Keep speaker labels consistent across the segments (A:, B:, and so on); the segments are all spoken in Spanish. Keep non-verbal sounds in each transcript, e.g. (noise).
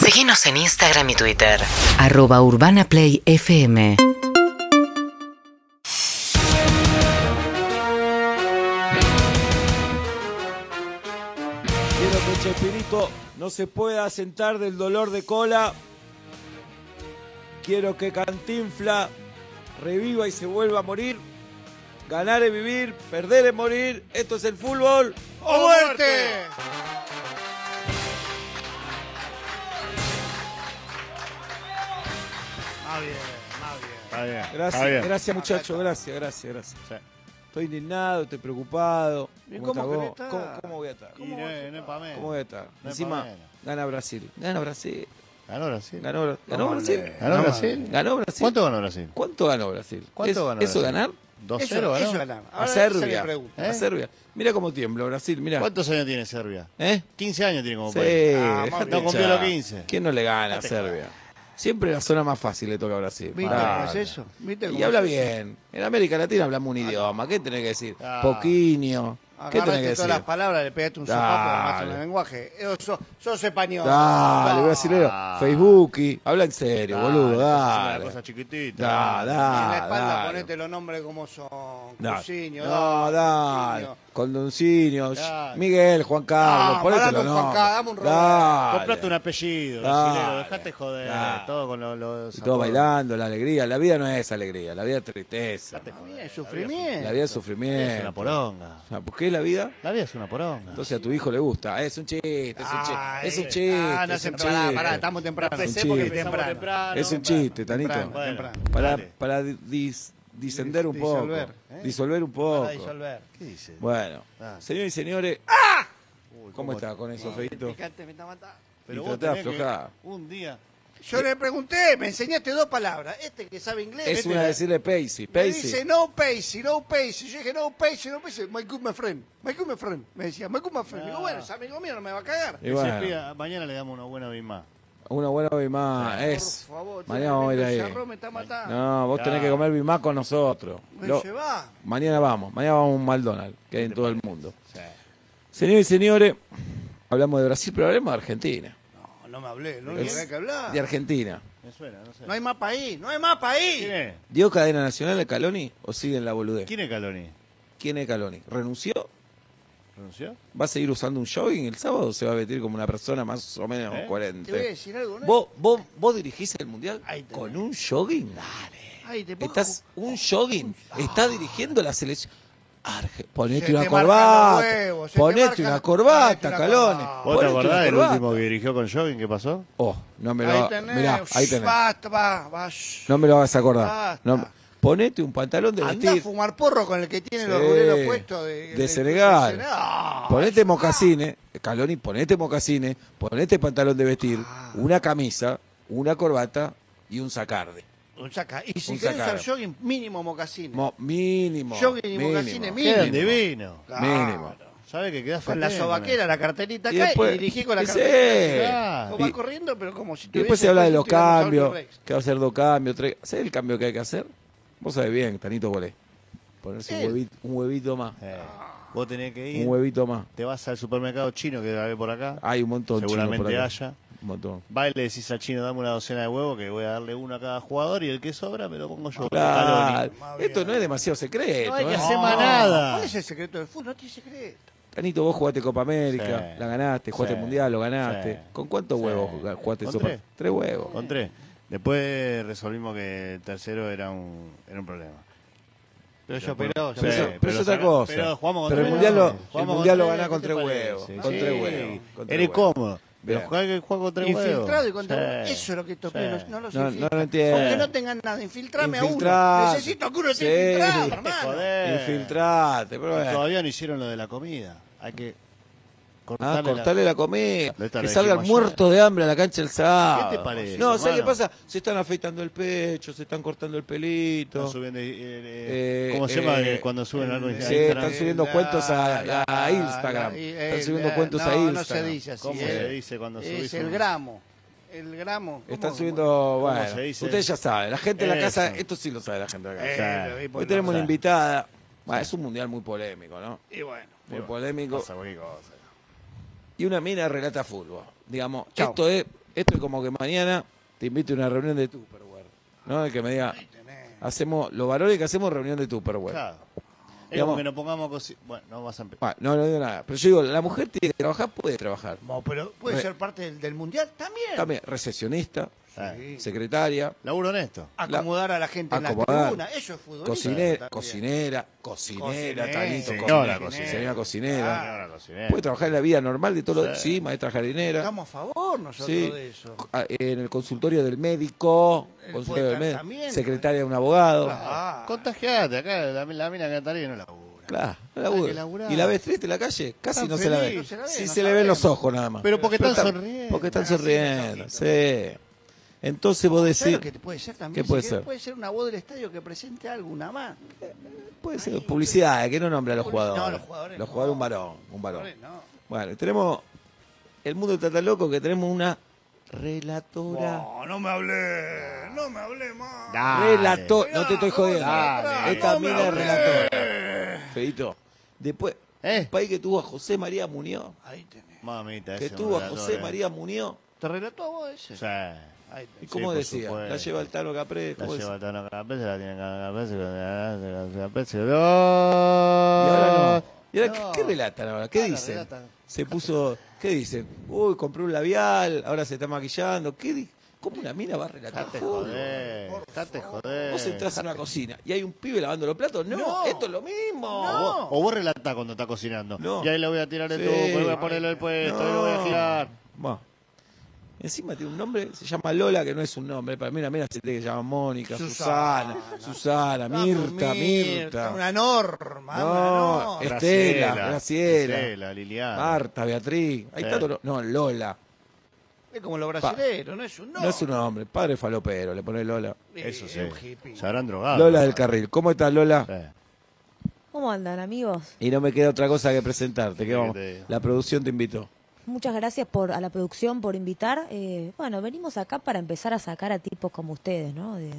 A: Seguinos en Instagram y Twitter.
B: arroba urbanaplayfm
C: Quiero que Chespirito no se pueda sentar del dolor de cola. Quiero que Cantinfla reviva y se vuelva a morir. Ganar es vivir, perder es morir. Esto es el fútbol. ¡O muerte!
D: Más bien, más bien.
E: Está bien.
C: Gracias,
E: está bien.
C: gracias muchachos, gracias, gracias, gracias.
E: Sí.
C: Estoy indignado, estoy preocupado.
D: ¿Y
C: ¿Cómo,
D: cómo
C: estás vos?
D: que no
C: ¿Cómo,
D: está?
C: cómo voy a estar?
E: Y no, es- no es pa' menos.
C: ¿Cómo voy a estar?
E: No es
C: Encima,
E: pa' menos.
C: gana Brasil. Gana Brasil.
E: Ganó Brasil.
C: Ganó, Bra- ganó Brasil.
E: ¿Ganó Brasil?
C: Ganó Brasil.
E: ¿Cuánto ganó Brasil?
C: ¿Cuánto ganó Brasil?
E: ¿Cuánto
C: ¿Es-
E: ganó
C: ¿Eso
E: Brasil?
C: ganar?
E: 2-0
D: Eso,
E: ganó.
D: eso ganó.
C: A
D: Ahora se le
C: Serbia.
D: pregunta. ¿Eh?
C: A Serbia. Mira cómo tiembla Brasil, mira.
E: ¿Cuántos años tiene Serbia?
C: ¿Eh?
E: 15 años tiene como
C: Sí,
E: país.
D: Ah,
C: dejate
E: no cumplió
C: hinchar.
E: los 15.
C: ¿Quién no le gana a Serbia? Siempre la zona más fácil le toca a Brasil.
D: ¿Viste
C: Pará.
D: cómo es eso? ¿Viste cómo
C: Y
D: es
C: habla
D: eso? Ah.
C: bien. En América Latina hablamos un idioma. ¿Qué tenés que decir?
E: Ah.
C: Poquinio. ¿Qué tenés que
D: Agarraste
C: decir?
D: todas las palabras, le pegaste un sopapo,
C: Dale.
D: además en el lenguaje. Eh, Sos, sos español.
C: Dale, brasilero.
D: Ah.
C: Facebook. Habla en serio, boludo.
E: Una
C: Dale.
E: cosa chiquitita.
C: Da,
D: Y en la
C: da,
D: espalda
C: dale.
D: ponete los nombres como son.
C: Dale.
D: Cusinio.
C: No, dale.
D: Cusinio.
C: Conduncinio,
E: Dale.
C: Miguel, Juan Carlos.
D: No,
C: ponete
D: pará
C: los
D: con Juan
C: nombres.
D: Carlos, dame un rol.
C: Dale.
E: Comprate un apellido,
C: Dale.
E: brasilero. Dejate joder.
C: Dale.
E: Todo con los. los
C: Y todo
E: apodos.
C: bailando, la alegría. La vida no es alegría, la vida es tristeza.
E: Dejate joder.
D: Bien,
C: La vida
D: sufrimiento.
C: es
E: Es una
C: sufrimiento.
E: poronga.
C: Ah, ¿Por qué la vida?
E: La vida es una poronga.
C: Entonces a tu hijo le gusta. Ah, Es un chiste, es un chiste.
D: Ay,
C: Es un chiste.
D: Ah, no
C: es
D: se
C: un
D: pará,
C: chiste.
D: pará, estamos temprano.
C: Es un
D: Empecé porque
C: chiste.
D: empezamos
E: Temprano.
D: temprano.
C: Es un chiste, Tanito.
D: Temprano.
E: Bueno,
C: Para,
E: dale.
C: para dis- discender un poco.
D: Disolver, ¿eh?
C: Disolver un poco.
D: Para disolver.
E: ¿Qué dice?
C: Bueno,
E: Ah.
C: señores y señores,
E: Uy,
C: ¿cómo estás con eso, Feito?
D: Fíjate, ¡Ah! me está matando.
E: Pero
C: Y
E: vos
C: tratá de
E: tenés que
C: aflojar.
E: un día.
D: Yo le pregunté, me enseñaste dos palabras. Este que sabe inglés.
C: Es
D: este
C: una
D: que-
C: de decirle Pacey.
D: Me dice
C: Pacey.
D: no Pacey, no Pacey. Yo dije no Pacey, no Pacey. My good my friend, my good my friend. Me decía, my good my friend. Digo,
C: Ah.
D: bueno, es amigo mío, no me va a cagar.
C: Y
E: Ese
C: bueno,
E: pibe, mañana le damos una buena vez más.
C: una buena bimá. Es.
D: Ah, Por favor, tío,
C: Mañana vamos a ir
D: el
C: ahí.
D: charro me está matando.
C: No, vos tenés que comer bimá con nosotros.
D: Me
C: Lo-
D: llevá.
C: Mañana vamos, mañana vamos a un McDonald's que hay en todo el mundo. Señores y señores, hablamos de Brasil, pero hablemos de Argentina.
D: No, no me hablé, no
C: Es-
D: había que hablar.
C: De Argentina.
E: Me suena, no sé.
D: No hay más país, no hay más
E: ¿Quién
D: país.
E: es?
C: ¿Dio cadena nacional a Caloni o sigue en la boludez?
E: ¿Quién es Caloni?
C: ¿Quién es Caloni? ¿Renunció?
E: ¿Renunció?
C: ¿Va a seguir usando un jogging el sábado o se va a vestir como una persona más o menos
E: ¿Eh?
D: Te
C: coherente?
D: voy a decir algo, ¿no?
C: ¿Vos, vos, vos dirigís el mundial
D: Ahí tenés.
C: con un jogging? Dale.
D: Ay, te pongo-
C: Estás un jogging. Estás dirigiendo la selección. Arge-
D: Se
C: ponete
D: te
C: una
D: marcan
C: corbata.
D: los huevos, se te
C: ponete
D: marcan-
C: una corbata,
D: ponete una
C: Caloni.
D: corbata.
E: ¿Vos te
C: Ponete una
E: acordás del
C: corbata.
E: último que dirigió con Jogging? ¿Qué pasó?
C: Oh, no me lo
D: Ahí
C: hagas.
D: tenés.
C: Mirá, ahí
D: Shh,
C: tenés.
D: Basta, va, va. shh.
C: No me lo hagas acordar.
D: Basta.
C: No, ponete un pantalón de
D: Andá a
C: vestir.
D: fumar porro con el que tiene los
C: Sí.
D: ruleros puestos de,
C: De
D: del-
C: Senegal.
D: Ah,
C: Ponete mocasines, Caloni, ponete mocasines, ponete pantalón de vestir,
D: Ah.
C: una camisa, una corbata y un sacarde.
D: Un saca. Y si
C: Un
D: querés
C: saca.
D: usar jogging, mínimo mocasines.
C: Mo- mínimo.
D: Jogging y
C: mínimo.
D: mocasines, mínimo.
E: Quedan divinos.
C: Mínimo.
E: ¿Sabes que quedás
D: Con la
E: feliz,
D: sobaquera, la carterita acá
C: Y
D: y,
C: después-
D: dirigí con la
C: y sí.
D: carterita.
E: Claro.
D: Vos vas
C: Y-
D: corriendo, pero como si
C: Y después se
D: tuviese
C: habla de
D: puesto
C: los
D: un tiranosaurio
C: cambios,
D: Rex.
C: que va a hacer dos cambios, tres. ¿Sabés el cambio que hay que hacer? Vos sabés bien, Tanito Bolé. Ponerse un
D: Él.
C: huevito, un huevito más.
E: Eh, Vos tenés que ir,
C: Un huevito más.
E: te vas al supermercado chino que la ve por acá.
C: Hay un montón. chino,
E: Seguramente
C: por acá.
E: haya.
C: Un montón.
E: Va y le decís al chino, dame una docena de huevos que voy a darle uno a cada jugador y el que sobra me lo pongo yo. Caloni.
C: Claro. Esto no es demasiado secreto.
E: No hay que
C: ¿eh?
E: hacer
D: No,
E: manada.
D: ¿Cuál es el secreto del fútbol? No tiene secreto.
C: Tanito, vos jugaste Copa América,
E: Sí.
C: la ganaste, jugaste
E: Sí.
C: Mundial, lo ganaste.
E: Sí.
C: ¿Con cuántos
E: Sí.
C: huevos jugaste- jugaste
E: ¿Con
C: Sopa?
E: tres?
C: huevos.
E: Con tres. Después resolvimos que el tercero era un, era un problema.
D: Pero yo
E: operó,
C: Pero,
E: Sí,
C: eso- pero es
E: pero
C: otra
E: saca-
C: cosa.
E: pero jugamos con
C: Pero el
E: tres,
C: mundial
E: ¿no?
C: lo,
E: Jugamos
C: el
E: con
C: mundial lo
E: tres,
C: ganás
E: ¿qué
C: con
E: te
C: tres
E: parece?
C: huevos.
E: Sí.
C: Con tres
E: Sí.
C: huevos. con tres
E: Eres
C: huevos.
E: cómodo.
C: Bien.
E: Pero juega que juega con tres huevos.
D: Infiltrado y contra.
E: Sí.
D: Eso es lo que estos
E: Sí.
D: pelos no los
C: No, no
D: infiltran.
C: lo entiendo.
D: Aunque no tengan nada, infiltrame a
C: Infiltrate.
D: uno. Necesito que uno
C: Sí.
D: esté infiltrado,
C: Te
D: hermano.
E: Joder.
C: Infiltrate, pero bueno.
E: Todavía no hicieron lo de la comida. Hay que cortarle,
C: eh. Ah,
E: la-
C: cortarle la comida.
E: Esta
C: Que
E: la
C: salgan
E: dijimos
C: muertos de hambre a la cancha el sábado.
E: ¿Qué te parece,
C: No, ¿sabes qué
E: hermano?
C: pasa? Se están afeitando el pecho, se están cortando el pelito.
E: Están subiendo, eh, eh,
C: Eh,
E: ¿Cómo se llama
C: eh,
E: cuando suben algo en
C: Sí,
E: Instagram?
C: están subiendo cuentos a, a Instagram.
D: Y-
C: Están
D: eh,
C: subiendo
D: eh,
C: cuentos
D: no,
C: a Instagram.
D: No se dice así.
E: ¿Cómo
D: eh.
E: se dice cuando
D: Es
E: subís
D: el
E: un-
D: gramo. El gramo. ¿Cómo-
C: Están
D: cómo?
C: subiendo, bueno,
E: se dice?
C: ustedes ya saben, la gente de la
E: Eso.
C: casa, esto sí lo sabe la gente de la
D: Eh,
C: casa.
E: sea,
D: lo vi por
C: Hoy
D: la-
C: tenemos una
E: sí.
C: invitada, Bueno, es un mundial muy polémico, ¿no?
D: Y bueno.
C: Muy polémico.
E: Pasa cualquier cosa.
C: Y una mina relata fútbol, digamos,
D: Chau.
C: esto es Esto es como que mañana te invite a una reunión de Tupperware. ¿No? El que me diga, hacemos, los valores que hacemos reunión de Tupperware.
E: Claro. Es
C: Digamos-
E: como que nos pongamos cosi- Bueno, no vas a empezar.
C: Bueno, no, no digo nada. Pero yo digo, la mujer tiene que trabajar, puede trabajar.
D: Mo, pero puede
C: Re-
D: ser parte del, del mundial también.
C: También, recesionista,
E: Eh,
C: secretaria,
E: Laburo honesto.
D: Acomodar a la gente en la
C: acomodar,
D: tribuna. Eso es futbolista.
C: cocinera,
D: también.
C: cocinera, cocinera,
D: Cocinera,
C: talito,
E: señora
C: cocinera,
E: cocinera.
C: señora cocinera.
E: Señora cocinera.
C: Puede trabajar en la vida normal de todos los...
E: Sí.
C: Sí, maestra jardinera.
D: Estamos a favor nosotros
C: Sí.
D: de eso.
C: Ah, En el consultorio del médico,
D: El
C: consultorio del médico,
D: tratamiento.
C: secretaria de un abogado.
D: Ah,
E: Contagiate, acá la, la mina cantaría no labura.
C: Claro, no labura.
E: Hay que laburar.
C: Y la ves triste en la calle, casi
E: Tan
C: no se la ve.
E: feliz, no
D: se la ve,
C: sí,
D: no
C: se le ven
D: sabemos.
C: los ojos nada más.
E: Pero porque están
C: está-
E: sonriendo.
C: Porque están
D: Así,
C: sonriendo,
D: los
C: sí. Entonces vos decís,
D: Claro que puede ser también.
C: ¿Qué
D: si
C: puede
D: querés,
C: ser?
D: puede ser una voz del estadio que presente alguna más.
C: puede ser publicidad, que no nombra a los
D: Publicidad,
C: jugadores.
D: no, los jugadores
C: Los
D: no.
C: jugadores, un varón, un varón.
D: No.
C: Bueno, tenemos, el mundo está tan loco que tenemos una relatora.
D: Oh, No, no me hablé, no me hablé más.
E: Dale.
C: Relator, no te estoy jodiendo.
E: Dale.
C: Esta
E: No me
C: mina es relatora. Feito. Después,
E: ¿Eh?
C: un país que tuvo a José María Muñoz,
D: Ahí tenés.
E: Mamita,
C: que
E: ese
C: tuvo a
E: moderador,
C: José
E: eh.
C: María Muñoz.
D: ¿Te relató a vos ese?
E: O sea,
D: Ahí
C: ¿Y
D: tenés.
C: cómo
E: por
C: decía? La
E: supuesto.
C: lleva el Tano Capré.
E: La
C: ¿cómo
E: lleva
C: decía?
E: todo en la cabeza, la tiene en la cabeza, con la con la- con la cabeza.
C: Y ahora no. ¿Y ahora
E: Ah.
C: ¿qué,
E: No.
C: qué relatan ahora? ¿Qué
E: Ahora
C: dicen?
E: relatan.
C: Se puso, ¿qué dicen? Uy, compró un labial, ahora se está maquillando. ¿Qué di- ¿Cómo una mina va a relatar
E: Date
C: fútbol?
E: joder, date joder.
C: Vos entras a una cocina y hay un pibe lavando los platos. No,
D: No.
C: esto es lo mismo.
E: O vos- O vos relatás cuando está cocinando.
C: No.
E: Y ahí le voy a tirar el
C: Sí.
E: tubo, y voy a ponerle el puesto, y lo voy a girar.
C: Buah. Encima tiene un nombre, se llama Lola, que no es un nombre. Para mí una mina se tiene que llamar Mónica, Susana,
D: Susana.
C: Susana, Mirta, Mirta.
D: Una norma, una
C: No,
D: norma.
C: es- Estela, Graciela. Eh.
E: Liliana.
C: Marta, Beatriz. Hay
E: Sí.
C: tanto no- No, Lola.
D: Es como los brasileros, no es un
C: No.
D: nombre.
C: es un nombre. Padre falopero, le pone Lola.
D: Eh,
E: Eso sí.
D: es un hippie.
E: Se habrán drogado.
C: Lola del Carril. ¿Cómo estás, Lola?
E: Sí.
F: ¿Cómo andan, amigos?
C: Y no me queda otra cosa que presentarte. ¿Qué
E: ¿Qué
C: vamos?
E: te digo?
C: La producción te invitó.
F: Muchas gracias por, a la producción por invitar. Eh, bueno, venimos acá para empezar a sacar a tipos como ustedes, ¿no? De,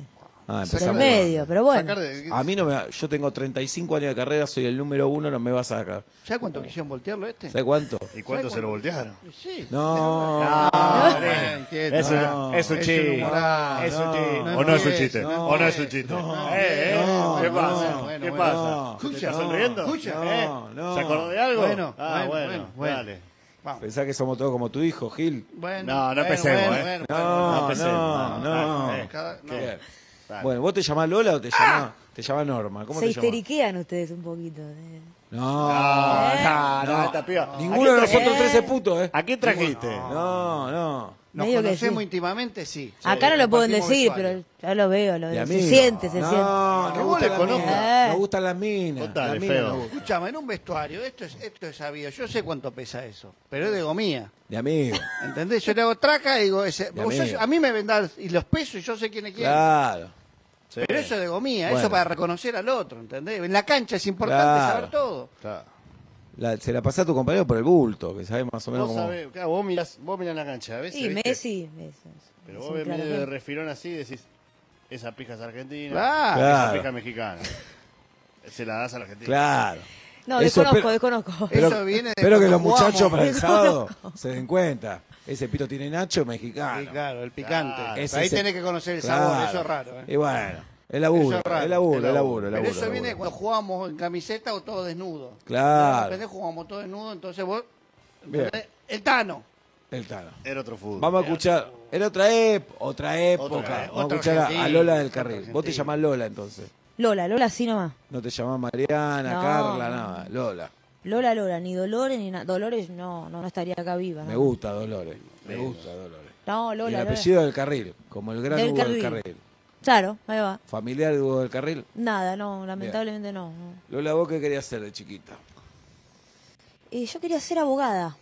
C: Ah,
F: del
C: empezamos.
F: medio, pero
E: Sacar
F: bueno.
E: de-
C: A mí no me va- Yo tengo 35 años de carrera, soy el número uno, no me vas a sacar.
D: ¿Sabes cuánto quisieron voltearlo este?
C: ¿Sabes cuánto?
E: ¿Y cuánto se lo voltearon?
D: Sí.
C: (laughs) No.
E: Ah,
D: bueno, quieto.
E: es,
C: No.
E: un, es un
D: Es
E: chiste.
D: un humorado.
E: Es un chiste.
D: No, no,
E: o no es un
D: no,
E: chiste.
C: no,
E: o no es un chiste.
C: no,
E: Eh, eh,
C: no,
E: ¿Qué
C: no,
E: pasa?
D: bueno,
E: ¿Qué
D: bueno.
E: pasa? ¿Te
D: Escucha,
E: ¿Estás
D: no,
E: sonriendo?
D: escucha.
E: ¿Eh?
C: No, no.
E: ¿Se acordó de algo?
D: Bueno,
E: ah,
D: bueno,
E: bueno,
D: bueno, bueno.
E: dale.
D: Vamos.
C: Pensás que somos todos como tu hijo, Gil.
D: Bueno,
E: No, no
D: bueno,
E: empecemos,
D: bueno,
E: eh.
D: bueno,
C: No,
D: bueno.
E: empecemos,
C: no, no.
E: dale, eh.
D: Cada- no.
E: ¿Qué? Dale.
C: Bueno, ¿vos te llamás Lola o te llamás, te llamás Norma? ¿Cómo
F: Se
C: te llamás?
F: histeriquean ustedes un poquito. eh.
C: No,
E: No, no, no, esta piba.
C: Ninguno de
E: ¿A quién
C: nosotros
E: trajiste?
C: tres es puto, ¿eh?
E: ¿A qué trajiste?
C: No, no.
D: Nos
F: Medio que
D: conocemos
F: sí.
D: íntimamente, sí.
F: acá no lo pueden
D: Compartimos
F: decir,
D: vestuario.
F: pero ya lo veo, lo
C: De
F: veo. Se
C: amigo.
F: siente, se
C: no,
F: siente.
C: No,
E: Que
C: no
E: vos le
D: Eh.
F: conozcas.
C: Nos gustan las minas.
E: Contale,
C: las minas
E: feo.
C: nos gustan.
D: Escuchame, en un vestuario, esto es, esto es sabido. Yo sé cuánto pesa eso, pero es de gomía.
C: De amigo.
D: ¿Entendés? Yo le hago traca y digo, ese,
C: De
D: vos sos-
C: amigo.
D: a mí me vendás y los pesos y yo sé quién es quién.
C: Claro.
E: Sí.
D: Pero eso es de gomía,
C: Bueno.
D: eso para reconocer al otro, ¿entendés? En la cancha es importante
C: Claro.
D: saber todo.
E: Está.
C: La- se la pasé a tu compañero por el bulto, que sabes más o menos
E: Vos
C: cómo.
E: sabés, claro, vos mirás, vos mirás la cancha, ¿ves?
F: Sí, Messi. Messi.
E: Pero
F: Es
E: vos
F: un
E: ves
F: claro
E: medio de
F: ejemplo.
E: refilón así y decís, esa pija es argentina,
D: Claro.
E: esa
C: Claro.
E: pija es mexicana. Se la das a la Argentina.
C: Claro.
F: No,
C: Eso,
F: desconozco,
C: pero-
F: desconozco.
D: Eso viene de
C: Espero que
D: cuando
C: los
D: jugamos.
C: muchachos para el sábado se den cuenta. Ese pito tiene nacho mexicano.
D: Sí, claro, el picante.
E: Claro.
C: Ah, Ese-
D: Ahí
C: ese-
D: tenés que conocer el
C: Claro.
D: sabor, eso es raro. ¿eh?
C: Y bueno, el
D: Eso
C: laburo,
D: es raro,
C: el laburo,
E: el
C: el laburo, el laburo.
D: Pero eso
C: el
D: viene de
C: laburo.
D: cuando jugábamos en camiseta o todo desnudo.
C: Claro.
D: De repente jugábamos todo desnudo, entonces vos...
C: Bien.
D: ¿entendés? El Tano.
C: El Tano.
E: Era otro fútbol.
C: Vamos a escuchar. Era otra, ep- otra época.
E: Otra-
C: Vamos a
D: otra
C: escuchar a- a,
D: Argentina,
C: Lola del
D: otra
C: Carril. Vos te
D: Argentina.
C: llamás Lola entonces.
F: Lola, Lola sí nomás.
C: No te llamás Mariana,
F: No.
C: Carla, nada. Lola.
F: Lola, Lola, ni Dolores ni nada. Dolores no, no, no estaría acá viva. ¿no?
C: Me gusta Dolores. Me gusta Dolores.
F: No, Lola,
C: y el
F: Lola.
C: apellido del Carril, como el gran
F: Del
C: Hugo del
F: Carril.
C: Carril.
F: Claro, ahí va.
C: Familiar de Hugo del Carril.
F: Nada, no, lamentablemente no, no.
C: Lola, ¿vos qué querías ser de chiquita?
F: Eh, yo quería ser abogada.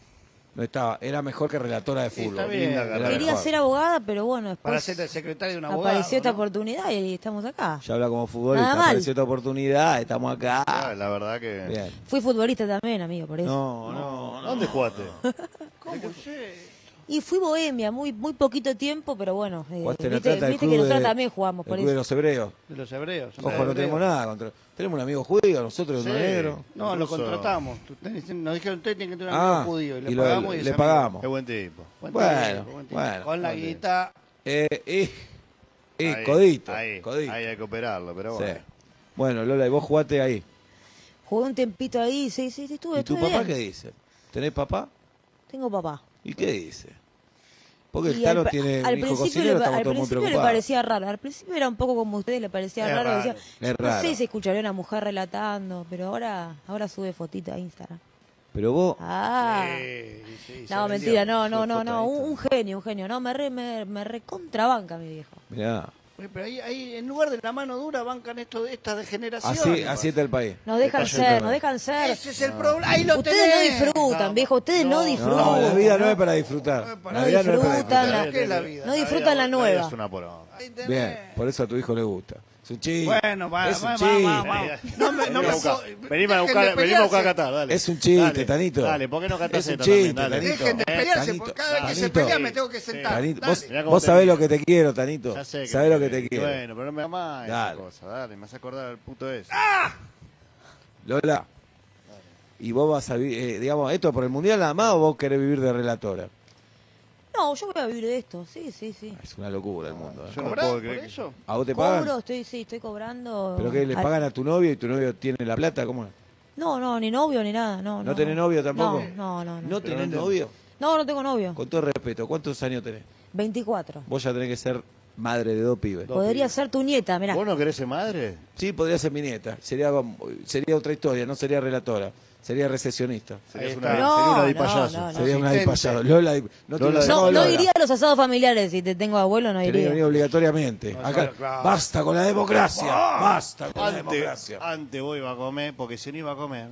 C: No estaba, era mejor que relatora de
D: Sí,
C: fútbol.
D: está bien.
E: Linda
C: Era
E: carrera.
C: mejor.
F: Quería ser abogada, pero bueno,
D: Para
F: después
D: ser el secretario de un abogado.
F: Pues apareció esta
D: ¿no?
F: oportunidad y estamos acá.
C: Ya habla como futbolista,
F: Nada mal.
C: apareció esta oportunidad, estamos acá.
E: Ah, la verdad que...
C: Bien.
F: Fui futbolista también, amigo, por eso.
C: No, no, no.
E: ¿Dónde jugaste?
D: ¿Cómo es esto?
F: Y fui bohemia, muy muy poquito tiempo, pero bueno. eh,
C: Jugaste en la
F: viste,
C: trata del
F: viste
C: club
F: que nosotros
C: de-
F: también jugamos
C: el
F: por
C: club de
F: eso.
C: los hebreos.
D: De los hebreos. son
C: Ojo, no
D: hebreos.
C: tenemos nada contra... Tenemos un amigo judío, nosotros
D: Sí.
C: un negro.
D: No, lo
E: Incluso-
D: contratamos. Tú tenés- Nos dijeron, ustedes tienen que tener un
C: Ah,
D: amigo judío. Y le
C: y lo-
D: pagamos. y es
C: le
D: amigo.
C: pagamos.
E: Es buen tipo.
D: Buen
C: Bueno,
D: tipo, buen tipo.
C: bueno.
D: Con la guita.
C: Eh, y, y
E: Ahí,
C: codito,
E: Ahí,
C: codito.
E: ahí hay que operarlo, pero
C: Sí.
E: bueno.
C: Bueno, Lola, y vos jugaste ahí.
F: Jugué un tiempito ahí, sí, sí, sí, estuve,
C: ¿Y tu
F: estuve
C: papá qué
F: Uh, bien.
C: dice? ¿Tenés papá?
F: Tengo papá.
C: ¿Y qué dice? Porque el
F: Y
C: Tano
F: al, pa-
C: tiene
F: al
C: un hijo
F: principio
C: cocinero,
F: le, pa-
C: estamos
F: al
C: todos muy
F: principio le
C: preocupados.
F: parecía raro. Al principio era un poco como a ustedes, le parecía
E: Es
F: raro.
E: raro,
F: decía,
C: es
F: "Yo
C: raro".
F: No sé si escucharía una mujer relatando, pero ahora ahora sube fotito a Instagram.
C: Pero vos,
F: Ah.
D: Eh, sí, se vendió.
F: no, mentira, no, no,
C: Sube
F: no,
C: foto a
F: no. Un, un
C: Instagram.
F: genio, un genio. No, me, re, me, me recontrabanca mi viejo.
C: mirá,
D: Eh, Pero ahí, ahí, en lugar de la mano dura, bancan esto, esta degeneración.
C: así, así Ah. está el país.
F: Nos dejan
E: Detalle
F: ser,
E: interno.
F: nos dejan ser.
D: Ese es el problema. Ahí lo
F: Ustedes no
D: tenés.
F: disfrutan, viejo, ustedes no disfrutan.
C: No, la vida no es para disfrutar.
D: No
C: la vida no es para
F: disfrutan,
C: disfrutar.
F: la-
D: ¿Qué es la vida?
F: No disfrutan la
E: vida
F: nueva.
E: Es una poronga.
D: Ahí tenés.
C: Bien, por eso a tu hijo le gusta. Es un chiste.
D: Bueno, va,
C: es un
D: va, va,
C: chiste.
D: va, va. No me, no me
E: Venimos a
D: so-
E: buscar- venimos a
D: dejen
E: buscar,
D: de
E: venimos a buscar a
D: pelearse.
E: Qatar, dale.
C: Es un chiste,
E: Dale,
C: Tanito.
E: Dale, ¿por qué no Qatar
C: Es un
E: Z
C: chiste,
E: también? Dale.
C: Tanito.
D: Dejen de
E: Eh,
D: pelearse,
C: Tanito,
D: porque cada vez que se
C: Tanito.
D: pelea me tengo que sentar.
C: Tanito,
D: Dale.
C: vos,
E: Mirá cómo
C: vos
E: te
C: sabés
E: miro.
C: lo que te quiero, Tanito.
E: Ya sé
C: Sabés lo que te quiero.
E: Bueno, pero no me amas
C: Dale.
E: esa cosa, dale, me hace acordar al puto ese.
C: Lola, y vos vas a vivir, eh, digamos, ¿esto por el mundial nada más o vos querés vivir de relatora?
F: No, yo voy a vivir de esto, sí, sí, sí.
C: Es una locura el mundo. ¿eh?
E: Yo no
D: ¿Cobrás
E: puedo
D: por
E: creer que-
D: eso?
C: ¿A vos te pagan?
F: Cobro, estoy, sí, estoy cobrando.
C: ¿Pero qué? ¿Le
F: Al-
C: pagan a tu novio y tu novio tiene la plata? ¿Cómo es?
F: No, no, ni novio ni nada, no.
C: ¿No, tenés novio tampoco?
F: No, no, no.
C: ¿No
F: No,
C: tenés novio?
F: no, no tengo novio.
C: Con todo respeto, ¿cuántos años tenés?
F: 24.
C: Vos ya tenés que ser madre de dos pibes.
F: Podría ser tu nieta, mirá.
E: ¿Vos no querés ser madre?
C: Sí, podría ser mi nieta. Sería, sería otra historia, no sería relatora. Sería recesionista.
E: Serías
D: está.
E: una,
F: No,
E: sería una di
F: no,
E: payaso.
F: no, no.
C: sería una de
D: asistente.
C: payado. Lola, di- no, te
E: Lola
C: lo
E: de-
C: llamaba
F: No, no
C: Lola.
F: iría a los asados familiares si te tengo abuelo, no
C: Tenés que venir
F: iría.
C: obligatoriamente. Acá-
D: no, claro.
C: Basta con la democracia. Basta con la
E: Antes, Ah,
C: democracia.
E: antes vos ibas a comer, porque si no iba a comer.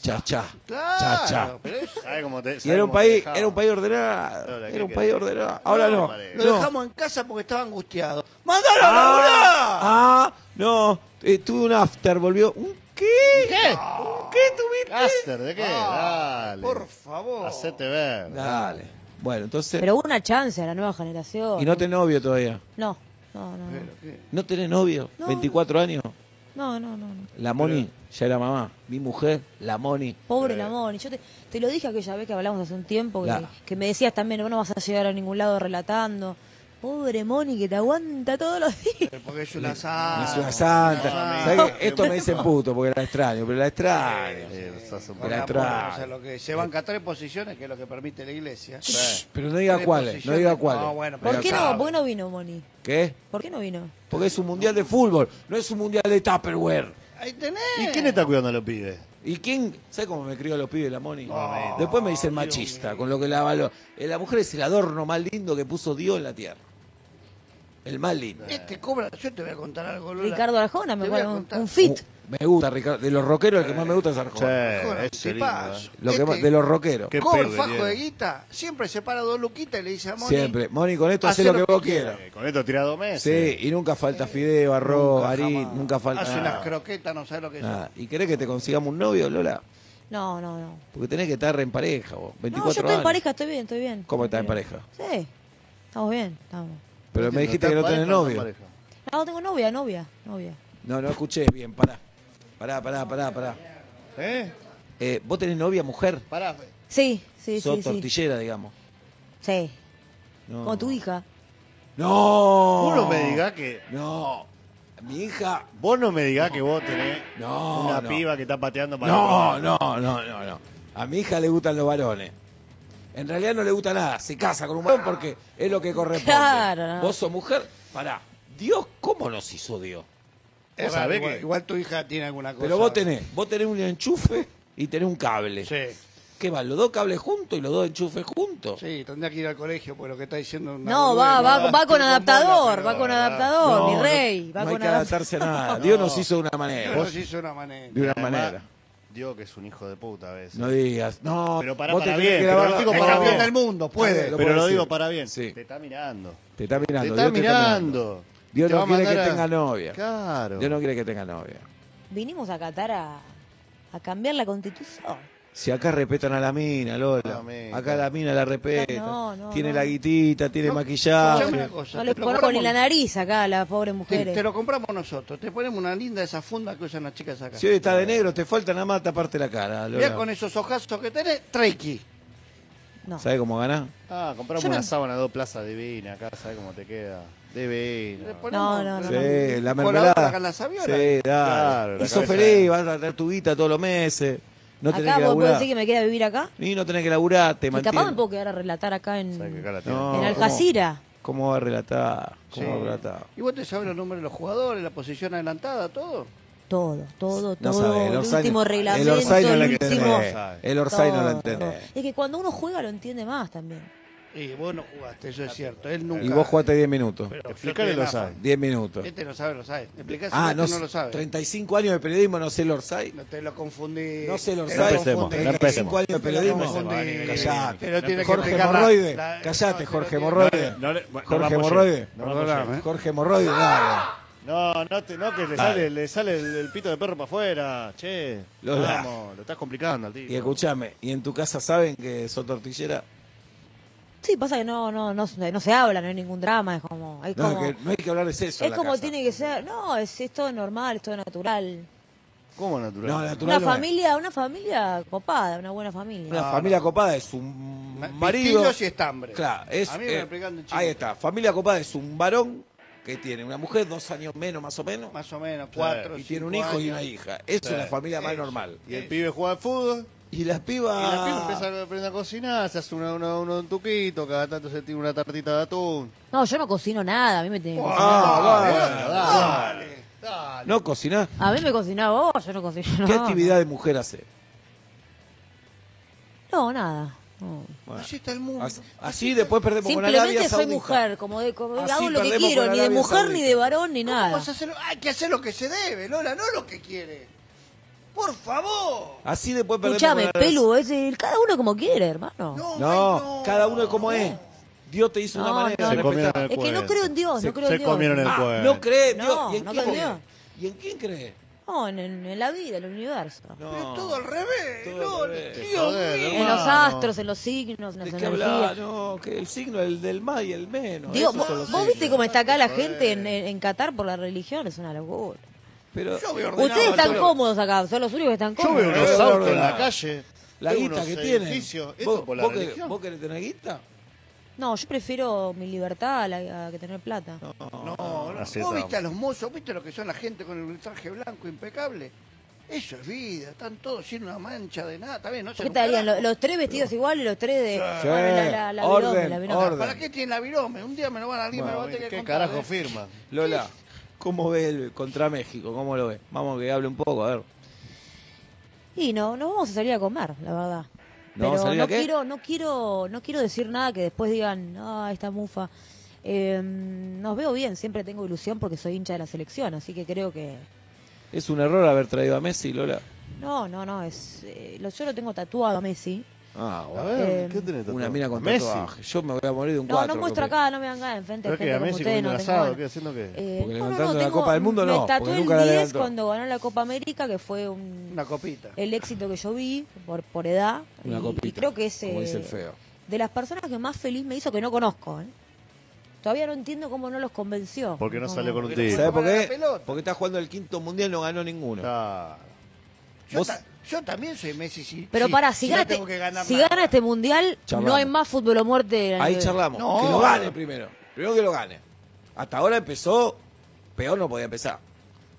C: Cha, cha. Cha, cha.
D: Claro, pero eso-
E: ¿Sabés cómo te-
C: Y
E: sabés
C: era un
E: cómo te
C: país,
E: dejaba?
C: era un país ordenado.
E: Lola, ¿qué
C: era un
E: querés?
C: país ordenado. Ahora
E: No,
C: no.
E: vale.
D: Lo
C: No.
D: dejamos en casa porque estaba angustiado. ¡Mandalo a laburar!
C: Ah, ah, no. Eh, tuve un after, volvió. ¿Un qué?
E: ¿Qué?
C: ¿Un qué tuviste?
E: ¿Caster? ¿De qué?
C: Ah,
E: dale.
D: Por favor.
E: Hacete ver.
C: Dale. Bueno, entonces.
F: Pero hubo una chance a la nueva generación.
C: ¿Y no tenés novio todavía?
F: No, no, no. no.
C: ¿No tenés novio?
F: No.
C: ¿24 años?
F: No, no, no. no.
C: La Moni ya era mamá. Mi mujer, la Moni.
F: Pobre el amor. Y Yo te, te lo dije aquella vez que hablamos hace un tiempo, que,
C: La-
F: que me decías también, no vas a llegar a ningún lado relatando. Pobre Moni, que te aguanta todos los días.
D: Porque es una santa.
C: es una santa.
E: Ah, no,
C: ¿Sabés
E: no.
C: qué? Esto me dicen puto porque la extraño, pero la extraño.
E: Eh, sos un-
D: Con
C: la
D: la
C: entrada.
D: porra, o sea, lo que se banca tres posiciones, que es lo que permite la iglesia.
C: Shh, Pero no diga
D: Tres
C: cuáles, no
D: posiciones.
C: diga cuáles.
D: No, bueno, pero
F: ¿Por qué
D: sabe.
F: no? ¿Por qué no vino Moni?
C: ¿Qué?
F: ¿Por qué no vino?
C: Porque es un mundial de fútbol, no es un mundial de Tupperware.
D: Ahí tenés.
E: ¿Y quién está cuidando a los pibes?
C: ¿Y quién? ¿Sabe cómo me crió a los pibes la Moni? Después me dicen machista, con lo que la valor. Eh, La mujer es el adorno más lindo que puso Dios en la tierra. El más lindo.
D: Este cobra, yo te voy a contar algo, Lola.
F: Ricardo Arjona, me
D: Te voy a
F: acuerdo, un,
D: contar.
F: un fit.
C: Uh, me gusta, Ricardo. De los rockeros, el que más me gusta es
E: Sí,
C: Arjona.
D: Arjona,
E: ese
D: te
E: lindo,
D: paso.
E: eh.
C: Lo que
D: Este-
C: más- de los rockeros.
E: Qué
D: Cobra
E: pedo
D: el
E: que
D: fajo
E: tiene.
D: de guita, siempre se para dos luquitas y le dice a Moni.
C: Siempre. Moni, con esto haces lo que vos quieras.
E: Eh, Con esto tirado meses.
C: Sí, y nunca falta fideo, arroz, harina,
D: jamás.
C: nunca falta
D: Hace unas
C: nada.
D: croquetas, no sabes lo que es.
C: Nada. ¿Y querés que te consigamos un novio, Lola?
F: No, no, no.
C: Porque tenés que estar en pareja vos. 24
F: No, yo estoy
C: años.
F: en pareja, estoy bien, estoy bien.
C: ¿Cómo estás en pareja?
F: Sí, estamos bien, estamos.
C: Pero me dijiste que no tenés novio.
F: No, tengo novia, novia, novia.
C: No, no escuché bien, pará. Pará, pará, pará, pará.
E: ¿Eh?
C: Eh, ¿Vos tenés novia mujer?
E: Pará.
F: Sí, sí,
C: Sos
F: sí, sí.
C: tortillera, digamos.
F: Sí,
C: No.
F: como tu hija.
C: ¡No!
E: Vos no me digas que.
C: No. Mi hija...
E: Vos no me digas que vos tenés
C: No,
E: una
C: no.
E: piba que está pateando para.
C: No, no, no, no, no. A mi hija le gustan los varones. En realidad no le gusta nada. Se casa con un varón porque es lo que corresponde.
F: Claro, no.
C: Vos sos mujer. Pará. Dios, ¿cómo nos hizo Dios?
D: Es
E: Vos
D: raro,
E: sabés
D: igual,
E: que-
D: igual tu hija tiene alguna cosa.
C: Pero vos tenés, vos tenés un enchufe y tenés un cable.
D: Sí,
C: ¿Qué va? Los dos cables juntos y los dos enchufes juntos.
D: sí, tendría que ir al colegio por lo que está diciendo. una
F: No, va,
D: boludez,
F: va,
D: ¿no?
F: va con
D: Tiene
F: adaptador,
D: bola,
F: va con
D: pero-
F: adaptador, Oh, mi rey.
C: No,
F: Va
C: no hay
F: con
C: que adaptarse a nada. Dios nos hizo de una manera.
D: Pero
C: Vos-
D: sí es una manera.
C: de una
E: Además,
C: manera.
E: Digo que es un hijo de puta a veces.
C: No digas. No,
E: Pero pará,
C: vos te
E: pará
C: tenés
E: bien,
C: que
E: pero
C: lavar-
E: lo digo
C: No,
D: Es
E: para
D: campeón
E: bien.
D: del mundo, puede.
C: Lo
E: pero
C: puedo
E: lo
C: decir.
E: digo para bien.
C: Sí.
E: Te está mirando.
C: Te está mirando.
E: Te está
C: Dios te está mirando.
E: mirando.
C: Dios
E: Te va
C: no
E: a
C: quiere que
E: mandar a-
C: tenga novia.
E: Claro.
C: Dios no quiere que tenga novia.
F: Vinimos a Qatar a, a cambiar la constitución.
C: Si acá respetan a la mina, Lola.
E: Amén.
C: Acá la mina la respetan.
F: No, no,
C: tiene
F: no.
C: la guitita, tiene
D: Escuchame
C: maquillaje.
D: una cosa,
F: No le
D: te lo
F: conozco ni la
D: compramos-
F: nariz acá a las pobres
D: te,
F: mujeres.
D: te lo compramos nosotros. Te ponemos una linda esa funda que usan las chicas acá.
C: Si hoy está de negro, te falta nada más taparte la cara,
D: Mirá con
C: Lola.
D: esos ojazos que tenés, Treiki.
F: No.
C: ¿Sabes cómo ganás?
E: Ah, compramos
F: Yo no-
E: una sábana de dos plazas divina acá, ¿sabes cómo te queda? Divina.
F: No, no, no.
C: Sí, la
D: Coladora
C: mermelada.
D: con la saviola.
C: Sí, dale.
E: Claro, la
C: Y sos
E: cabeza.
C: feliz, vas a tener tu guita todos los meses. No tenés
F: acá
C: que
F: vos podés
C: laburar.
F: decir que me queda vivir acá.
C: Y no tenés que laburar, te
F: Y
C: mantiene.
F: capaz me puedo quedar a relatar acá en,
E: ¿Sabes que acá
F: en
E: la tiene?
C: No. ¿cómo?
F: Alcacira.
C: ¿Cómo va a relatar? ¿Cómo
D: Sí.
C: va a relatar?
D: ¿Y vos te sabés los nombres de los jugadores, la posición adelantada, todo?
F: Todo, todo,
C: No
F: todo.
C: sabés, el
F: el
C: Orsay
F: último
C: no-
F: reglamento,
C: El Orsay no
F: el
C: lo
F: último.
C: entendés. El Orsay no lo
F: todo.
C: entendés.
F: Es que cuando uno juega lo entiende más también.
D: Y vos no jugaste, eso es cierto. Él nunca.
C: Y vos jugaste 10 minutos.
D: Pero yo estoy
E: Explícale
D: en
E: lo
D: AFA.
E: sabe.
C: 10 minutos.
D: Este lo sabe, lo sabe. Explicás
C: Ah,
D: este
C: no,
D: no, lo sabe.
C: 35 años de periodismo, no sé el Orsay.
D: No te lo confundí.
C: No sé el
D: Te
C: Orsay.
E: empecemos,
D: confundí.
E: no empecemos.
C: 35 años de
D: Te
C: periodismo.
D: lo confundí.
C: Callate.
D: Te lo tiene que
C: Jorge
D: explicar la-
C: Morroide.
D: la-
C: Callate,
D: no,
C: Jorge
D: te lo
C: Morroide.
E: No le- no
C: Jorge
E: vamos
C: Morroide.
E: yendo, no vamos ¿eh?
C: Perdóname,
E: yendo.
C: Jorge Morroide, dale.
E: No, no, te- no que le sale, le sale el, el pito de perro para afuera. Che,
C: Lo da.
E: vamos, lo estás complicando al tío.
C: Y escúchame, ¿y en tu casa saben que sos tortillera?
F: Sí, pasa que no, no, no, se- no se habla, no hay ningún drama, es como, es
C: No,
F: como,
C: que no hay que hablar de eso. en
F: es
C: la
F: como
C: casa.
F: tiene que ser, no, es, es todo normal, es todo natural.
E: ¿Cómo natural?
C: No, natural.
F: Una
C: no es.
F: familia, una familia copada, una buena familia.
C: Una familia copada es un
D: Ma-
C: marido.
D: Pitillos y estambres.
C: Claro, es,
D: A mí me lo
C: eh,
D: explican de chico.
C: ahí está. Familia copada es un varón que tiene una mujer, dos años menos más o menos,
D: Más o menos, cuatro.
C: y tiene un
D: cinco
C: hijo y
D: años.
C: una hija. Es
E: Sí.
C: una familia más
D: Eso.
C: normal.
E: Y el pibe juega al fútbol.
C: Y las
E: Y la piba
C: pibas.
E: empieza a aprender a cocinar, se hace una, una, una- un tuquito, cada tanto se tira una tartita de atún.
F: No, yo no cocino nada, a mí me tiene que cocinar.
C: Ah, bueno, dale. No cocinás.
F: A mí me cocinaba vos, yo no cocino nada.
C: ¿Qué actividad de mujer hace?
F: No, nada. no.
D: Así está el mundo.
C: Así, así después perdemos con Arabia
F: Simplemente soy
C: Saudita.
F: mujer, como, de, como
C: Así
F: hago lo que
C: Ah, perdemos
F: quiero,
C: con
F: ni de
C: Arabia
F: mujer, ni
C: Saudita.
F: de varón, ni
D: ¿Cómo
F: nada.
D: vas a hacer- Hay que hacer lo que se debe, Lola, no lo que quiere. Por favor.
C: Así después perdemos
F: Escuchame,
C: con Arabia
F: Pelu, es el- cada uno como quiere, hermano.
C: No,
D: No, ay, no.
C: cada uno es como es. Dios te hizo una
F: No,
C: manera.
F: no.
E: Se
C: respetá.
E: comieron el
F: Es que no
E: cuento.
F: creo en Dios,
E: Se-
F: no creo
E: se
F: en Dios.
E: comieron el
C: Ah,
E: cuerpo. eh.
C: no cree en Dios.
F: No,
C: ¿Y en
F: no
C: quién
F: cree en
C: cree?
F: Dios.
C: ¿Y en quién cree?
F: No, en, en- en la vida, en el universo.
C: No.
D: Pero es todo al revés,
C: Todo
D: Lola.
C: al revés.
D: Dios
E: Joder,
D: mío.
F: En
E: hermano.
F: los astros, en los signos, en las
C: ¿De qué
F: energías.
C: hablás? No, que el signo el del más y el menos.
F: Digo,
C: esos
F: vos,
C: son los
F: vos
C: signos.
F: viste cómo está acá la
C: eh.
F: gente en, en- en Qatar por la religión, es una locura.
C: Pero
D: Yo voy ordenado.
F: Ustedes están
D: yo-
F: cómodos acá, son los únicos que están
E: Yo
F: cómodos.
E: veo unos
C: Eh,
E: autos en
C: verdad.
E: la calle.
C: la
E: veo
C: guita
E: unos
C: que tiene.
E: edificios, Esto
C: ¿Vos,
E: por la
C: vos que-
E: religión.
C: vos querés tener guita?
F: No, yo prefiero mi libertad a, la- a que tener plata.
D: No, no.
E: Así
D: vos
E: estamos.
D: viste a los mozos, viste lo que son la gente con el traje blanco impecable. Eso es vida, están todos sin una mancha de nada. Está bien, no se
F: ¿Qué te harían? Lo- Los, tres vestidos iguales, los tres de... bueno, la, la, la
C: orden,
F: virome, la virome.
C: orden.
D: ¿Para qué tiene la virome? Un día me lo van a alguien me lo va a
E: Bueno,
D: tener que
E: ¿Qué
D: contar,
E: carajo
D: ¿eh?
E: firma?
C: Lola, ¿cómo ve el contra México? ¿Cómo lo ve? Vamos que hable un poco, a ver.
F: Y no, no vamos a salir a comer, la verdad.
C: ¿No vamos a
F: Pero
C: salir
F: no
C: a qué?
F: quiero, no quiero, no quiero decir nada que después digan, ah, esta mufa. Eh, nos veo bien, siempre tengo ilusión porque soy hincha de la selección, así que creo que
C: Es un error haber traído a Messi, Lola.
F: no, no, no, es eh, lo, yo lo tengo tatuado a Messi.
C: Ah,
E: A
C: bueno.
E: ver,
F: Eh,
E: ¿qué tenés
C: Una mina con
E: Messi.
C: tatuaje. Yo me voy a morir de un
F: No,
C: cuatro.
F: no muestro
C: Pepe.
F: acá, no me hagan acá enfrente de
E: ¿Pero qué?
F: gente
E: ¿A
F: como
E: Messi
F: ustedes,
E: comiendo
F: no
E: un
F: tengo
E: asado?
F: ganas.
E: ¿Qué? ¿Haciendo qué?
F: Eh,
C: Porque
F: no, no,
C: levantando
F: no,
C: la
F: tengo-
C: Copa del Mundo, no,
F: Me
C: porque
F: tatué
C: nunca la
F: el 10
C: levantó.
F: cuando ganó la Copa América, que fue un,
D: Una copita.
F: el éxito que yo vi por, por edad.
C: Una
F: y,
C: copita,
F: y creo que es
C: como
F: eh,
C: dice el feo.
F: de las personas que más feliz me hizo que no conozco. ¿eh? Todavía no entiendo cómo no los convenció.
E: Porque no
F: Como-
E: salió con un
D: Sí.
E: tiro.
C: ¿Sabés por
D: Para la
C: qué?
D: pelota.
C: Porque está jugando el quinto mundial y no ganó ninguno.
E: Ah,
D: Yo,
C: Vos-
D: ta- yo también soy Messi. sí,
F: Pero
D: sí,
F: para, si,
D: sí,
F: gana,
D: no tengo
F: este-
D: que ganar
F: si
D: nada.
F: gana este mundial,
C: Charlamos.
F: no hay más fútbol o muerte.
C: Ahí charlamos.
D: No.
C: Que lo gane primero. Primero que lo gane. Hasta ahora empezó, peor no podía empezar.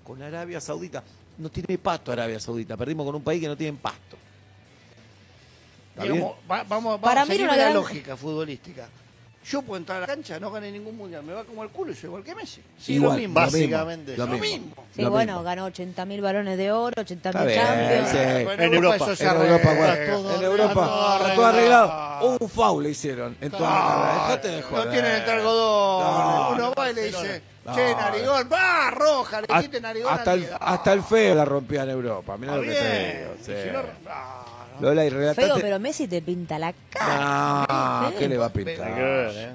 C: Con Arabia Saudita. No tiene pasto Arabia Saudita. Perdimos con un país que no tiene pasto. ¿Está bien?
D: Digamos, va- vamos, vamos
F: Para
D: a
F: mí
D: seguir
F: era una
D: la
F: gran-
D: lógica futbolística. Yo puedo entrar a la cancha, no gané ningún mundial, me va como el culo y soy igual que Messi. Sí,
C: Igual,
D: lo mismo.
E: básico. básicamente.
C: Lo
D: Lo
C: mismo.
D: mismo.
F: Sí,
C: Lo
F: bueno,
C: mismo.
F: ganó 80 mil balones de oro, 80
C: Está
F: mil
C: bien,
F: champions.
C: sí.
D: Bueno,
E: En Europa,
D: eso se
C: Eh, En
D: arregla.
C: Europa, bueno,
E: todo
C: en
E: arreglado,
C: Europa está todo arreglado. Un foul le hicieron. En toda la carrera. Dejate de
D: No
C: joder.
D: tienen el algodón.
C: No,
D: Uno
C: no,
D: va y le dice,
C: no.
D: che, narigón, va, roja, le
C: Hasta-
D: quiten narigón.
C: Hasta
D: al
C: el,
D: día.
C: hasta el feo la rompió en Europa. Mirá
D: Ah,
C: lo que te digo.
D: bien.
C: sí.
D: Si no, ah, no.
C: Lola, y
F: Feo,
C: relataste.
F: pero Messi te pinta la cara.
C: Ah,
F: Sí.
C: ¿qué le va a
E: hay que
C: pintar?
E: ver, ¿eh?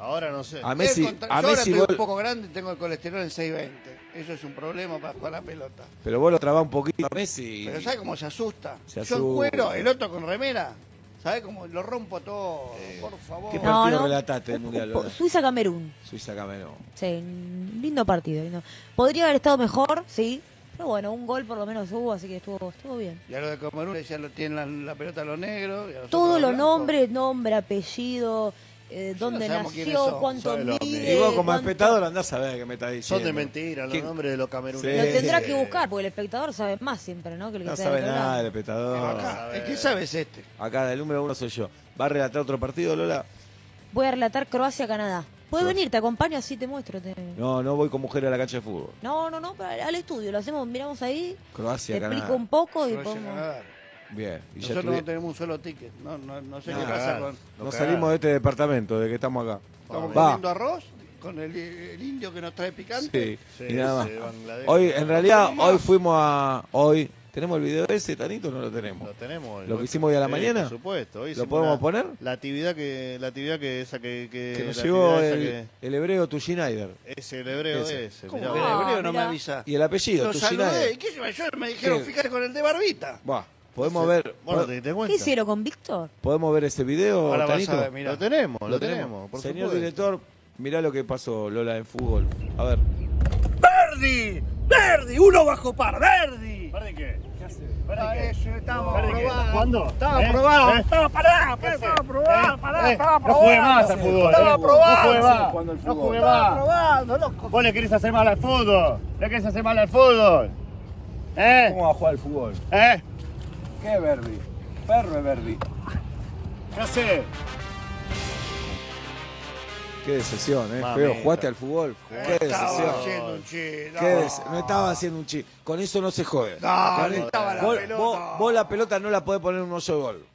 E: ahora no sé.
C: A Messi,
D: Él contra-
C: a
D: yo ahora
C: Messi
D: estoy
C: vos-
D: un poco grande, tengo el colesterol en 620. Eso es un problema para jugar la pelota.
C: Pero vos lo trabás un poquito a Messi.
D: Pero ¿sabe cómo se asusta?
C: Se
D: Yo
C: asusta.
D: en cuero, el otro con remera. ¿Sabe cómo lo rompo todo? Por favor.
C: ¿Qué
F: No,
C: partido
F: no.
C: relataste del Mundial? Lola?
F: Suiza-Camerún.
C: Suiza Camerún.
F: Sí, un lindo partido. lindo. Podría haber estado mejor, sí. Pero bueno, un gol por lo menos hubo, así que estuvo, estuvo bien.
D: Y a los de Camerún ya lo tienen la, la pelota a los negros. y a nosotros
F: Todos los
D: blancos.
F: nombres, nombre, apellido, eh, dónde
D: sabemos quiénes
F: nació,
D: son,
F: cuánto
E: sabe los
F: mide.
E: medios.
C: y vos como
F: cuánto-
C: espectador andás a ver qué me estás diciendo.
E: Son de mentira los
C: ¿Quién?
E: nombres de los
F: Lo
E: cameruneses.
C: Sí.
F: tendrá que buscar, porque el espectador sabe más siempre, ¿no? Que el que
C: eh, No
F: está
C: sabe
F: del otro
C: nada el
F: lado.
C: espectador.
D: Acá, el que sabe es este.
C: Acá el número uno soy yo. ¿Va a relatar otro partido, Lola?
F: Voy a relatar Croacia-Canadá. ¿Puedes venir? Te acompaño, así te muestro. te-
C: No, no voy con mujer a la cancha de fútbol.
F: No, no, no, pero al al estudio. Lo hacemos, miramos ahí,
C: Croacia,
F: te
C: Canadá.
F: explico un poco y
D: No llega a
F: podemos...
D: nadar.
C: Bien. Y ya
D: Nosotros no
C: estuvi-
D: tenemos un solo ticket. No, no, no sé
E: No,
D: qué pasa
E: claro.
D: con.
C: Nos
E: No
C: salimos de este departamento de que estamos acá.
D: Estamos
C: Va.
D: comiendo arroz con el, el indio que nos trae picante.
C: Sí.
E: Sí,
C: y nada más.
E: sí, Bangladesh.
C: Hoy, en realidad, hoy fuimos a. Hoy. ¿Tenemos el video ese, Tanito? No lo tenemos.
E: Lo tenemos.
C: Lo que hicimos hoy a la mañana.
E: Por supuesto. hoy
C: ¿Lo
E: hicimos
C: podemos
E: una-
C: poner?
E: La actividad que, la actividad que esa que, que,
C: Que nos
E: la
C: llegó
E: actividad esa
C: el, el hebreo Tuschinaider.
E: que- es el hebreo
C: Ese.
E: ese.
D: ¿Cómo
E: mirá
D: que el
E: vos.
F: Ah,
D: hebreo no me
F: mirá.
D: avisa?
C: Y el apellido,
D: Lo saludé. ¿Y
C: Tuschinaider.
D: qué se yo? Me dijeron,
C: ¿Qué?
D: fíjate con el de barbita.
C: Va. Podemos ver.
E: Bueno,
C: po-
E: te, te cuento.
F: ¿Qué hicieron con Víctor?
C: ¿Podemos ver ese video,
D: Ahora vas
C: Tanito?
D: a ver, mirá.
E: Lo tenemos, lo, tenemos. por
C: Señor
E: supuesto.
C: director, mirá lo que pasó, Lola, en fútbol. A ver.
G: Verdi, Verdi, uno bajo par, Verdi.
H: ¿Pará de qué? ¿Qué hace? ¿Pará
D: Para
H: de qué?
D: eso, estaba
H: ¿Pará de qué?
D: aprobado.
H: ¿Cuándo?
D: Estaba
H: ¿Eh?
D: aprobado.
H: ¿Eh?
G: Estaba pará, pará,
H: ¿Qué hace?
G: estaba probado,
H: ¿Eh?
G: pará,
H: ¿Eh?
G: estaba
H: No
G: probado.
H: jugué más al fútbol.
G: Estaba
H: eh. No jugué
G: probado.
H: más.
G: cuando el
H: No
G: fútbol.
H: jugué
D: Estaba
H: más.
D: aprobado, loco.
H: Vos le querés hacer mal al fútbol. Le querés hacer mal al fútbol. ¿Eh?
G: ¿Cómo va a jugar al fútbol?
H: ¿Eh?
G: ¿Qué Verdi? Perro es Verdi.
H: ¿Qué hace?
C: Qué decepción, ¿eh?
E: Mamita.
C: Feo, jugaste al fútbol. Qué
D: Estaba
C: decepción.
D: haciendo un chiste.
C: Qué des- No estaba haciendo un chiste. Con eso no se jode. Con
D: No, no
C: el-
D: estaba la
C: vos,
D: pelota.
C: vos- vos la pelota no la podés poner en un hoyo de gol.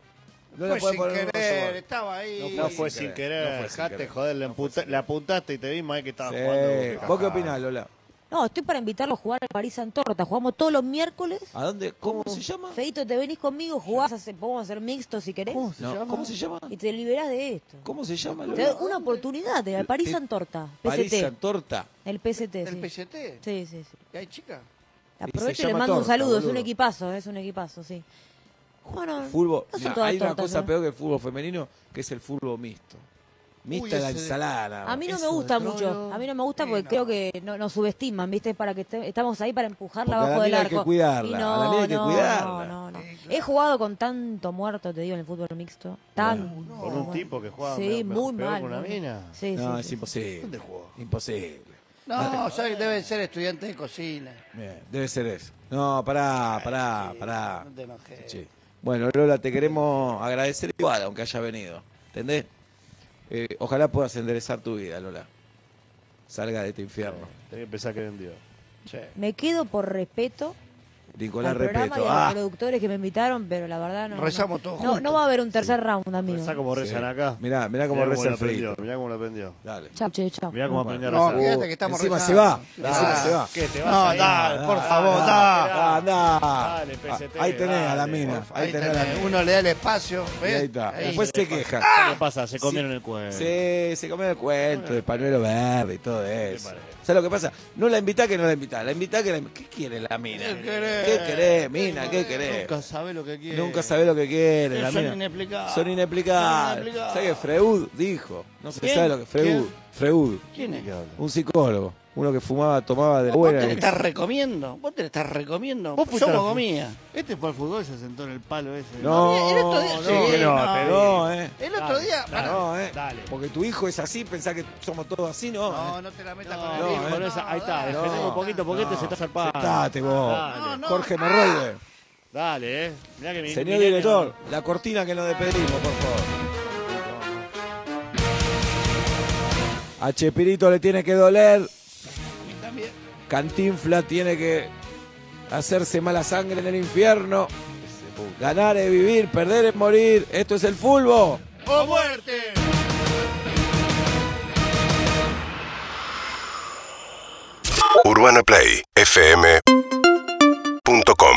C: No la
D: Fue
C: podés
D: sin
C: poner en un hoyo de
D: querer,
C: gol.
D: estaba ahí.
E: No fue sin
C: no
E: querer.
C: fue sin
E: Dejate
C: querer.
E: joder, le, emputa- le apuntaste y te vimos ahí que estabas
C: Sí.
E: jugando.
C: ¿Vos qué opinás, Lola?
F: No, estoy para invitarlo a jugar al París Antorta. Jugamos todos los miércoles.
C: ¿A dónde? ¿Cómo se llama?
F: Feito, te venís conmigo, jugás, hace- podemos hacer mixtos si querés.
C: ¿Cómo se, llama? ¿Cómo se llama?
F: Y te liberás de esto.
C: ¿Cómo se llama,
F: Te da
C: Lola?
F: una oportunidad de la París Antorta.
C: París
F: PCT.
C: Torta.
F: El PCT,
D: El
F: sí.
D: PST.
F: Sí, sí, sí.
D: ¿Y hay chica?
F: Aprovecho y le
C: llama
F: mando un
C: torta,
F: saludo. Es un
C: boludo.
F: equipazo, es un equipazo, sí. Bueno,
C: Fútbol.
F: no son
C: Mirá,
F: todas
C: hay una
F: tortas, ¿eh?
C: cosa
F: ¿no?
C: peor que el fútbol femenino, que es el fútbol mixto. Mixta
D: Uy,
C: la
D: ese de-
C: ensalada. nada más.
F: A mí no
D: Eso
F: me gusta
D: de
F: mucho.
D: trolo.
F: A mí no me gusta
D: Sí,
F: porque
D: no.
F: creo que no- nos subestiman, ¿viste? Es para que esté- estamos ahí para
C: Porque
F: empujarla
C: a la
F: abajo del
C: mina hay que
F: arco.
C: cuidarla,
F: Y
C: a la mina hay que
F: no,
C: cuidarla.
F: no, no, no.
D: Sí, claro.
F: He jugado con tanto muerto, te digo, en el fútbol mixto. Tanto.
E: Con un tipo que juega
F: Sí,
E: mejor-
F: muy
E: peor
F: mal.
E: que una
F: muy-
E: mina.
F: Sí,
C: No,
F: sí,
C: es
F: sí.
C: imposible.
E: ¿Dónde jugó?
C: Imposible.
D: No, sabe, deben ser estudiantes de cocina.
C: Bien, debe ser eso. No, pará, pará, pará.
D: No te enojes.
C: Sí. Bueno, Lola, te queremos agradecer igual, aunque haya venido. ¿Entendés? Eh, ojalá puedas enderezar tu vida, Lola. Salga de este infierno.
E: Tenés que pensar que vendió.
F: Me quedo por respeto
C: Nicolás
F: al programa y
C: Repeto.
F: a los
C: Ah,
F: productores que me invitaron, pero la verdad no.
D: Rezamos
F: no,
D: todos
F: no,
D: juntos.
F: no va a haber un tercer round, amigo.
E: Pensá cómo rezan acá.
C: mirá, mirá cómo reza
E: lo
C: el frito.
E: aprendió. Mirá cómo lo aprendió.
C: Dale.
F: Chau, che, chau.
E: Mirá cómo aprendió
D: No,
E: a rezar.
D: fíjate que estamos
C: Encima se
D: rezando.
C: va. Encima
D: Ah,
C: se va.
E: ¿Qué, te vas a
D: No,
E: ir?
D: dale, por
E: Dale,
D: favor, dale.
C: Andá, andá.
E: Dale, PST,
C: Ah, Ahí tenés a la
E: dale,
C: mina.
E: porfa.
C: Ahí
D: Ahí
C: tenés a
D: tenés,
C: la mina.
D: Uno le da el espacio.
C: Y
D: ¿ves?
C: Ahí está.
D: Ahí. ¡Ah!
C: Después se queja.
E: ¿Qué pasa? Se comieron el cuerpo.
C: Sí, se comió el cuento de pañuelo verde y todo eso. ¿Sabes lo que pasa? No la invitá que no la invitá. La invitá que la invi- ¿Qué quiere la mina?
D: ¿Qué querés?
C: ¿Qué querés, mina? ¿Qué querés?
D: Nunca sabe lo que quiere.
C: Nunca sabés lo que quiere la
D: Son
C: mina.
D: inexplicables.
C: Son inexplicables.
D: Son
C: ¿Sabes qué? Freud dijo. No se
D: ¿Quién?
C: sabe lo que. Freud.
D: ¿Quién?
C: Freud.
D: ¿Quién es?
C: Un psicólogo. Uno que fumaba, tomaba de
D: Vos te
C: buena.
D: le
C: y-
D: estás recomiendo. Vos te le estás recomiendo.
E: Vos fuiste a la
D: Somos
E: fu-
D: comida.
E: Este fue al fútbol y se sentó en el palo ese.
C: No,
D: No, el otro día-
C: no,
D: sí, no,
C: no, no, eh.
D: El otro día. pará.
C: No, eh.
E: Dale.
C: Porque tu hijo es así, pensás que somos todos así, no. eh.
D: No, no te la metas con
C: no,
D: el hijo.
C: eh.
E: Con esa- ahí está,
D: dale.
E: defendemos
C: No,
E: un poquito porque este se está zarpando.
C: Sentate vos.
E: Dale,
D: No, no.
C: Jorge Merroide.
E: dale, eh. Mirá que mi-
C: Señor
E: mirá que-
C: director, la cortina que nos despedimos, por favor. A Chepirito le tiene que doler. Cantinfla tiene que hacerse mala sangre en el infierno. Ganar es vivir, perder es morir. Esto es el fulbo.
D: ¡O muerte!
I: UrbanaPlayFM.com